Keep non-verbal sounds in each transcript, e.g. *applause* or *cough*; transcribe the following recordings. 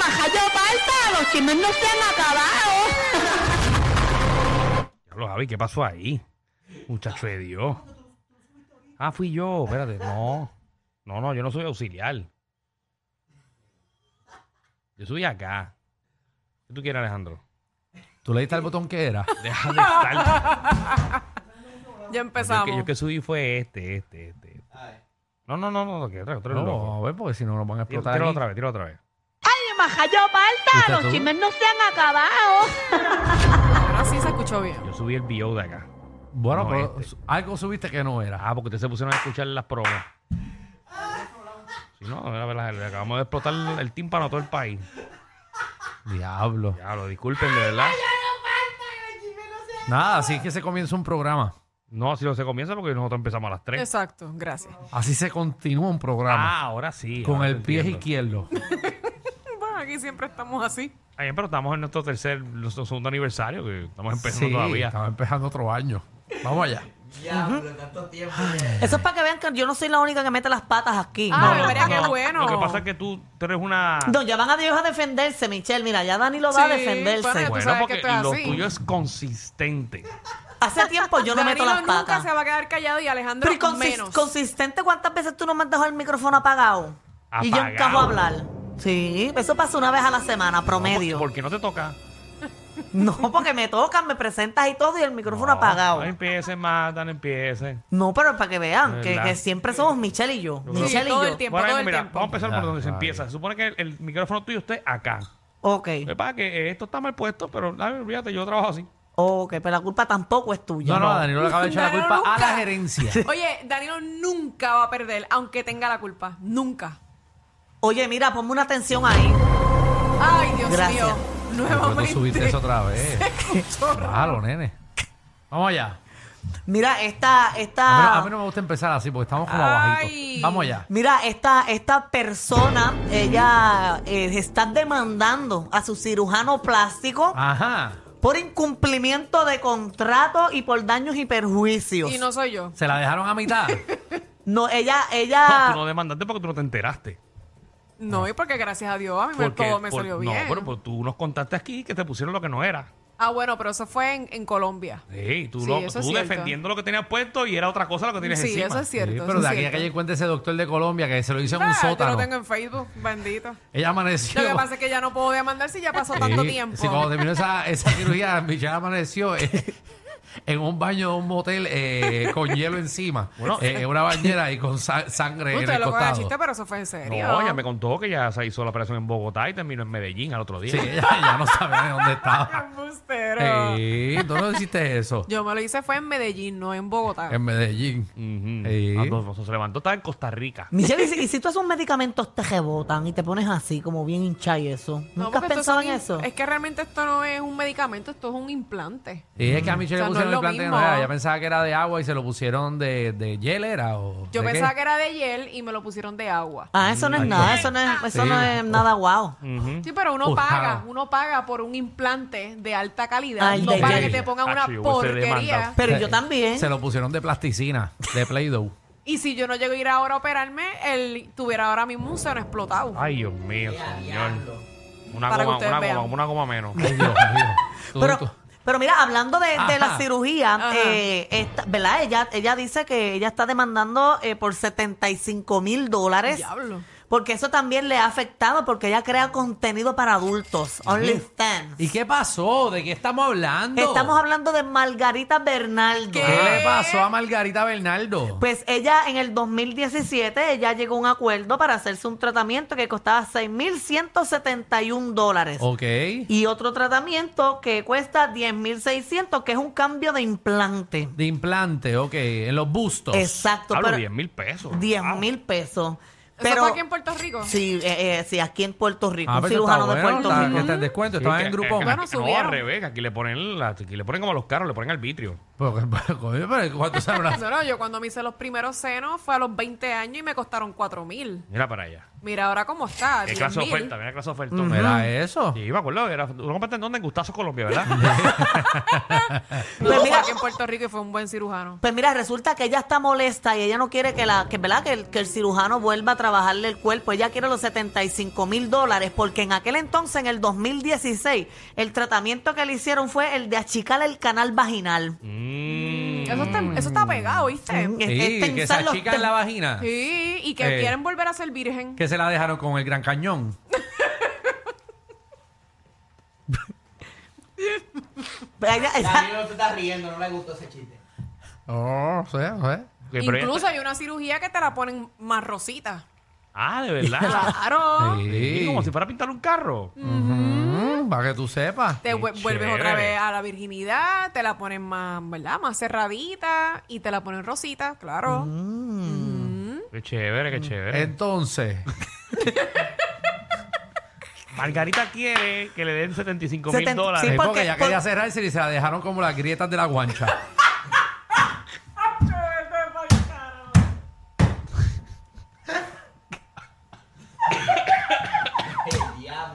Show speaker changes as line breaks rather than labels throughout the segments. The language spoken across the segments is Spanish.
baja, yo falta, los chimes no se han acabado.
Diablo, Javi, ¿qué pasó ahí? Muchacho de Dios. Ah, fui yo, espérate, no. No, no, yo no soy auxiliar. Yo soy acá. ¿Qué tú quieres, Alejandro? *laughs*
¿Tú le diste al botón que era?
Deja de estar.
Ya
Yo
empezamos.
que, yo que subí fue este, este, este. este. No, no, no, no, que otro, otro es
No,
loco.
a ver, porque si no nos van a
Tira-
explotar.
Tíralo
aquí.
otra vez, tíralo otra vez.
Ay, baja, yo
¿Viste
falta,
tú?
los chimes no se han acabado.
Ahora sí se escuchó bien.
Yo subí el bio de acá.
Bueno,
No,
pero
este.
su- algo subiste que no era.
Ah, porque ustedes se pusieron a escuchar las pruebas. Si no, mira, mira, le acabamos de explotar el tímpano a todo el país.
Diablo.
Ya lo disculpen, de verdad.
Nada, así es que se comienza un programa.
No, si no se comienza porque nosotros empezamos a las 3.
Exacto, gracias.
Así se continúa un
Ah,
programa.
ahora sí.
con
ahora
el
te
pie
entiendo. *laughs*
izquierdo.
Bueno, aquí siempre estamos así.
Ay, pero estamos en nuestro tercer, nuestro segundo aniversario, que estamos empezando
Sí,
todavía.
Estamos empezando otro año. Vamos allá.
Eso es para que vean que yo no soy la única que mete las patas aquí.
Ah, pero mira qué bueno.
Lo que pasa es que tú, tú eres una...
No, ya van a Dios a defenderse, Michelle. Mira, ya Dani lo va a
Sí,
defenderse.
bueno,
Bueno,
sabes que
porque
esto es
lo
así.
tuyo es consistente.
Hace tiempo Pues yo no meto
Danilo
las
nunca
patas.
se va a quedar callado y Alejandro
Pero y consis-
menos.
consistente, ¿cuántas veces tú no me has dejado el micrófono apagado? Y yo nunca
Apagado.
voy a hablar. Sí, eso pasa una vez a la semana, promedio.
No, porque no te toca.
No, porque me tocan, me presentas y todo y el micrófono
No,
apagado.
No empieces, mata, no empieces.
No, pero para que vean que,
¿Verdad?
que siempre somos Michelle y yo.
Sí,
Michelle
todo
y
el
yo.
tiempo.
Bueno,
todo el
mira,
tiempo.
vamos a empezar
Ya,
por donde se
está
empieza. Se supone que el, el micrófono tuyo esté acá.
Ok.
Lo que pasa es que esto está mal puesto, pero dale, olvídate, yo trabajo así.
Ok, pero la culpa tampoco es tuya.
No, no, Danilo le acaba de echar la
Danilo
culpa a la
nunca. *laughs*
gerencia.
Oye, Danilo nunca va a perder, aunque tenga la culpa. Nunca.
Oye, mira, ponme una atención ahí.
Ay, Dios
Gracias.
mío.
Pero tú
Nuevamente.
subiste eso otra
*laughs*
vez. Claro, nene. Vamos allá.
Mira, esta,
A mí, no-
esta.
a mí no me gusta empezar así porque estamos como
Ah. Ay.
abajitos. Vamos allá.
Mira, esta, esta persona, ella eh, está demandando a su cirujano plástico
Ah.
Ajá.
por incumplimiento de contrato y por daños y perjuicios.
Y
no,
no soy yo.
Se la dejaron a mitad.
ella,
No,
Ah.
ella.
tú no demandaste porque tú no te enteraste.
No, y porque gracias a Dios a mí me-
Porque,
todo me
por-
salió bien.
No, pero pues, tú nos contaste aquí que te pusieron lo que no era.
Ah, bueno, pero eso fue en, en Colombia.
Sí, tú,
Sí,
lo-
eso es
tú
cierto.
defendiendo lo que tenías puesto y era otra cosa lo que tienes
Sí,
encima.
eso es cierto.
Sí,
eso
pero
es
de aquí a
cierto.
que ella encuentre ese doctor de Colombia que se lo hizo en
Ah,
un
Yo
sótano.
lo tengo en Facebook, bendito.
Ella amaneció.
Lo que pasa es que ya no puedo demandar si ya pasó
Sí,
tanto tiempo.
sí, cuando terminó esa, esa cirugía, *laughs* Michelle amaneció eh, en un baño de un motel eh, con hielo encima.
Bueno,
Eh, una bañera y con sa- sangre en
Usted
el
lo coge a
costado.
chiste, pero eso fue en serio.
No, ella me contó que ya se hizo la operación en Bogotá y terminó en Medellín al otro día.
pues.
Sí, ella, ella no sabía de dónde
*laughs*
estaba.
Embustero.
Sí, tú no hiciste eso
Yo me lo hice fue en Medellín, no en Bogotá.
en Medellín.
Ujú.
Sí.
Ah, no, no, se levantó, estaba en Costa Rica.
Michelle, y si, y si tú haces un medicamento te rebotan y te pones así, como bien hincha y eso.
No,
¿Nunca has
porque estos
pensado
son
en
im-
eso?
Es que realmente esto no es un medicamento, esto es un implante.
Y es que a Michelle
Mm. O sea,
le pusieron el
no es lo
plante
mismo.
no era. Ella pensaba que era de agua y se lo pusieron de, de hielera o.
Yo pensaba que era de hiel y me lo pusieron de agua.
Ah, eso no es nada, eso no es, eso
Sí.
no es nada guau.
Ujú.
Sí, pero uno
Ujú.
ah.
paga, uno paga por un implante de alta calidad,
Ay,
no
de
para
hiel.
que te pongan una
Hacho, yo hubiese
porquería.
demandado.
Pero yo también.
Se lo pusieron de plasticina, de Play-Doh.
Y si yo no llego a ir ahora a operarme, él tuviera ahora mismo un seno explotado.
Ay, Dios mío, señor. Una
Para que
goma,
ustedes
una
vean.
goma, una goma menos.
Ay, Dios mío. Tú-
*laughs*
tú-
Pero, pero mira, hablando de, de la
Ajá.
cirugía,
Ajá.
eh, esta- ¿verdad? Ella, ella dice que ella está demandando eh, por 75 mil dólares.
Diablo.
Porque eso también le ha afectado porque ella crea contenido para adultos, OnlyFans.
¿Y qué pasó? ¿De qué estamos hablando?
Estamos hablando de Margarita Bernaldo.
¿Qué
Ah.
le pasó a Margarita Bernardo?
Pues ella en el 2017 ella llegó a un acuerdo para hacerse un tratamiento que costaba 6.171 dólares.
ok.
Y otro tratamiento que cuesta 10.600, que es un cambio de implante.
De implante, ok. En los bustos.
Exacto,
Hablo
pero
10 mil pesos.
10
Wow.
mil pesos.
¿Eso
Pero
fue aquí en Puerto Rico?
sí, eh, eh, sí, aquí en Puerto Rico,
Ah,
un
pero
cirujano
está
de
bueno,
Puerto
está-
Rico.
que está en descuento.
Sí,
Estaba
que-
en
que-
grupo.
que-
Bueno,
no,
subieron.
al revés, que aquí le ponen, la- aquí le ponen como a los carros, le ponen arbitrio.
Pero, pero, pues, coño, pero ¿cuánto sale una
No, no, yo cuando me hice los primeros senos fue a los 20 años y me costaron 4 mil.
Mira para allá.
Mira ahora cómo está.
Qué clase de
10.000.
oferta, mira qué clase de oferta.
¿Era eso?
*laughs* Sí, me acuerdo, era, tú lo compraste en dónde, en Gustazo Colombia, ¿verdad?
No,
Pues
fue
mira-
aquí en Puerto Rico y fue un buen cirujano.
Pues mira, resulta que ella está molesta y ella no quiere que la, que, ¿verdad? Que, el, que el cirujano vuelva a trabajarle el cuerpo. Ella quiere los 75 mil dólares porque en aquel entonces, en el 2016, el tratamiento que le hicieron fue el de achicar el canal vaginal.
Mm.
Eso está, eso está pegado, ¿viste?
Es- es
Sí, que se
tensar los
achica en la
ten-
vagina.
Sí, y que
Eh.
quieren volver a ser virgen.
Que se la dejaron con el gran cañón.
Ella- ella-
Danilo, tú estás riendo, no le gustó ese chiste.
Oh, sí, sí.
Ok, pero ya
Incluso
está-
hay una cirugía que te la ponen más rosita.
Ah, de
*laughs*
verdad.
Claro.
Sí,
Sí.
como si fuera a pintar un carro.
Mm, para que tú sepas.
Te
Qué
vu- vuelves
chévere.
otra vez a la virginidad, te la ponen más, ¿verdad? Más cerradita y te la ponen rosita, claro.
Qué chévere, qué chévere.
Eh. Entonces,
Margarita quiere que le den 75 mil
Setenta-
dólares.
sí,
es
porque-
porque ya
por-
quería cerrar y se la dejaron como las grietas de la guancha.
El diablo.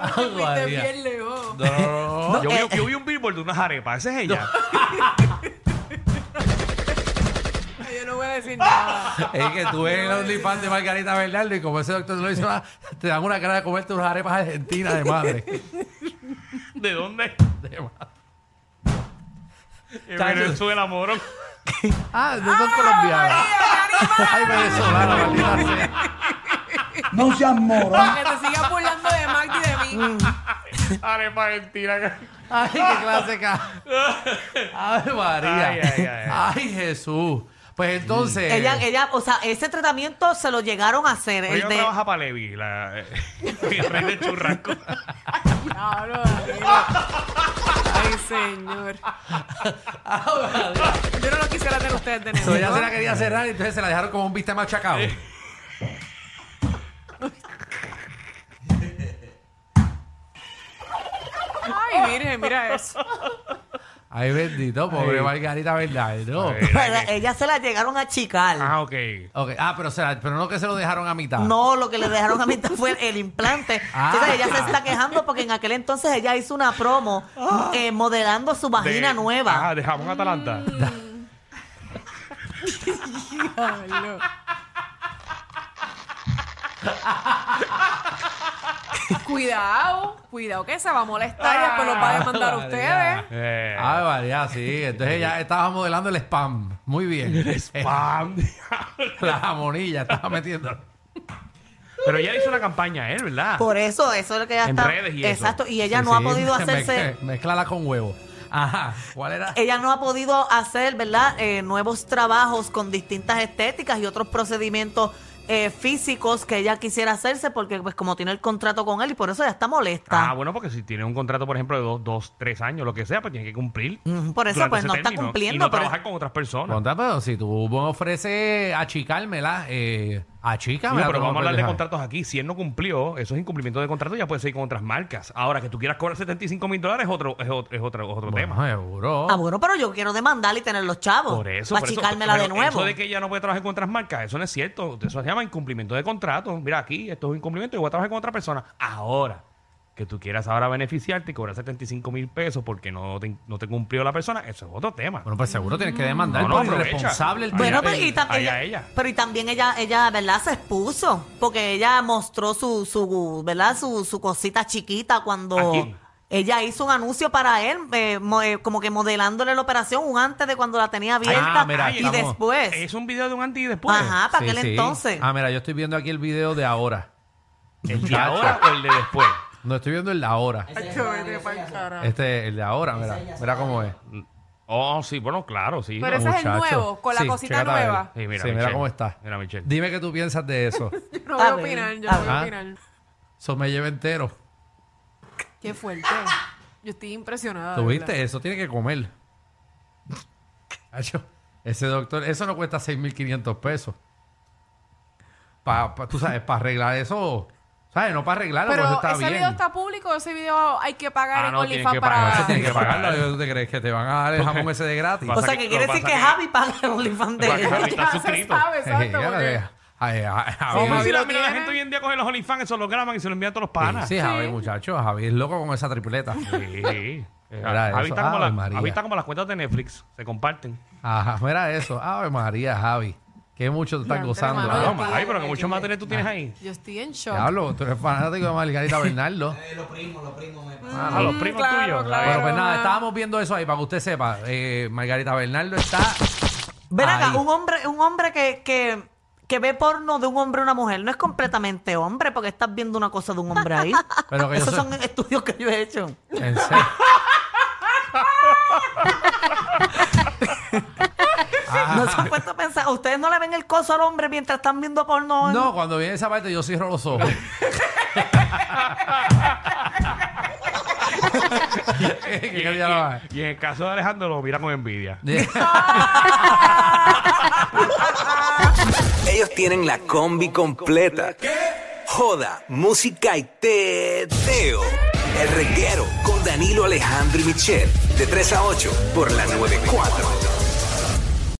Ay, te fuiste
María.
bien lejos.
No, no, no.
yo, vi, yo vi un billboard de unas arepas, esa es ella.
Ay, Yo no voy a
*laughs*
decir nada.
Es que tú ves el OnlyFans de Margarita Bernardo y como ese doctor te lo hizo, ah, te dan una cara de comerte unas arepas argentinas de madre.
*laughs* ¿De dónde?
De madre.
En
Chacho.
Venezuela, morón.
Ah, no son colombianos. Ay, venezolana, maldita sea.
No seas moro.
*laughs* Que te sigas burlando de Magdi y de mí.
Arepa argentina.
Ay, qué clase ca- Ay, María.
Ay,
Ay,
ay, ay, ay.
Jesús. Pues entonces.
ella, ella, o sea, ese tratamiento se lo llegaron a hacer.
Eh. Ella
El de, *laughs*
trabaja para Levi, la, *laughs* el rey de churrasco.
Diablo, Danilo. Ay, señor. Yo no lo quisiera tener ustedes de
so, ella se
nuevo.
la quería cerrar y entonces se la dejaron como un bistec machacado.
Ay, virgen, mira eso.
Ay, bendito, pobre
Ay.
Margarita
*laughs*
*laughs* Bernardo.
Ay.
¿verdad? ella se la llegaron a achicar.
Ah, ok.
Ok, Ah, pero, se la- pero no que se lo dejaron a mitad.
No, lo que le dejaron a mitad *laughs* fue el implante.
Ah.
Entonces ella se está quejando porque en aquel entonces ella hizo una promo eh, modelando su vagina
De-
nueva.
Ah, de jamón Atalanta.
Diablo. cuidado, cuidado que se va a molestar y después los va a demandar a
María.
ustedes.
Eh,
Ay, María, Ah, sí. Entonces ella estaba modelando el spam. Muy bien. *laughs*
spam.
La jamonilla estaba metiendo.
Pero ella hizo la campaña a él, ¿verdad?
Por eso, eso es lo que ella
En
está.
redes y eso.
Exacto. Y ella
Sí,
no ha
*laughs*
sí.
podido
Mezcla-
hacerse. Eh,
Mezclala con huevo. Ajá. ¿Cuál era?
Ella no ha podido hacer, ¿verdad? Eh, nuevos trabajos con distintas estéticas y otros procedimientos eh, físicos que ella quisiera hacerse porque, pues, como tiene el contrato con él y por eso ella está molesta.
Ah, bueno, porque si tiene un contrato, por ejemplo, de dos, dos, tres años, lo que sea, pues tiene que cumplir.
Ujú, por eso,
durante
pues,
ese
no está
término
cumpliendo,
Y no
pero-
trabajar con otras personas.
Contra, pero si tú me ofreces achicármela,
Digo,
eh, achícamela.
pero
tú no
vamos a hablar de
puedes
contratos aquí. Si él no cumplió, eso es incumplimiento de contrato, ya puede seguir con otras marcas. Ahora, que tú quieras cobrar 75 mil dólares es otro, es otro, es otro, otro
dejar.
tema.
Bueno, seguro.
Ah, bueno, pero yo quiero demandar y tener los chavos.
Por eso.
Para
por eso-
achicármela de
pero
nuevo.
Eso de que ella no puede trabajar con otras marcas, eso no es cierto. Eso se llama incumplimiento de contrato. Mira, aquí, esto es un incumplimiento, yo voy a trabajar con otra persona. Ahora, que tú quieras ahora beneficiarte y cobrar 75 mil pesos porque no te, no te cumplió la persona, eso es otro tema.
Bueno, pues seguro tienes que demandar
No, no,
por
aprovecha.
responsable el
Bueno,
Allá
pero
él,
y, también
allá
ella,
ella.
pero y también ella, ella, ¿verdad? Se expuso porque ella mostró su, su ¿verdad? Su, su cosita chiquita
¿A
cuando
quién?
ella hizo un anuncio para él, eh, mo- eh, como que modelándole la operación, un antes de cuando la
Ah,
tenía abierta
mira,
y
estamos-
después.
Es un video de un antes y después.
Ajá, para
Sí,
aquel
sí.
entonces.
Ah, mira, yo estoy viendo aquí el video de ahora.
El de ahora o el de después.
No estoy viendo el de ahora.
Ese es
Yo
Danilo,
vete
ese
pa'l
es así.
carajo.
Este, el de ahora, mira. Mira cómo es.
Oh, sí, bueno, claro, sí. no.
Pero ese es el
Ah, Muchacho.
nuevo, con la
Sí,
cosita
chécate a ver.
nueva.
Sí, mira,
Sí, mira
Michelle.
cómo está.
Mira, Michelle.
Dime qué tú piensas de eso.
Yo no
A
voy a
ver,
opinar, yo
a
no voy a
ver.
opinar.
Eso me lleva entero.
Qué fuerte. Yo estoy impresionada.
¿Tú
Ah, de verdad.
viste? Eso tiene que comer. Acho, Ese doctor, eso no cuesta 6.500 pesos. Pa, pa- tú sabes, para arreglar eso, ¿Sabes? No para arreglarlo,
Pero
porque eso pues está
ese
bien.
video está público, o ese video hay que pagar
Ah,
en
no, tienen
OnlyFans
que
para.
pagar,
Eso
eso tiene
tienes que pagarlo. ¿Tú te crees que te van a dar el jamón ese de gratis?
O
*laughs*
Pasa
sea,
que-
que quiere
lo
decir
pasa
que
que-
Javi paga el OnlyFans de
Pasa
él.
que- Está
Ya se
suscrito.
sabe,
Eh,
exacto.
ya la
porque-
deja. Ay, ay, ay,
Sí,
Javi
sí,
eh, Javi.
lo
la, mira, la
tiene.
gente hoy en día coge los OnlyFans, eso lo graban y se lo envían a todos los panas.
Sí, Javi, muchacho. Javi es loco con esa tripleta.
Sí. Eh,
Era eso.
Javi está como la-
Ave María.
Javi está como las cuentas de Netflix, se comparten.
Ah,
Ajá, mira eso. Ave María, Javi. Que mucho te están
Diantre,
gozando.
mano,
Javi.
Vamos, ay, pero que muchos materiales tú tienes ahí.
Yo estoy en shock.
Diablo, tú eres fanático de
*laughs*
Margarita Bernardo.
Eh, los primos, los primos me pasan.
A los primos
Mm, claro,
tuyos.
claro.
Bueno, pues nada, estábamos viendo eso ahí para que usted sepa. Eh, Margarita Bernardo está.
Ven
ahí.
acá, un hombre, un hombre que, que, que ve porno de un hombre a una mujer no es completamente hombre porque estás viendo una cosa de un hombre ahí.
*laughs* Pero que yo
Esos
sé-
son estudios que yo he hecho.
En
*laughs*
serio. Ah.
No se han puesto a pensar. ¿Ustedes no le ven el coso al hombre mientras están viendo porno? en-
No, cuando viene esa parte yo cierro los
*laughs*
ojos. *laughs* Que- que
Y,
ya lo
*laughs*
va.
y- y en el caso de Alejandro lo mira con envidia.
Ellos tienen la combi completa. Joda, música y teo. El reguero con Danilo Alejandro y Michel. De 3 a 8 por la 94.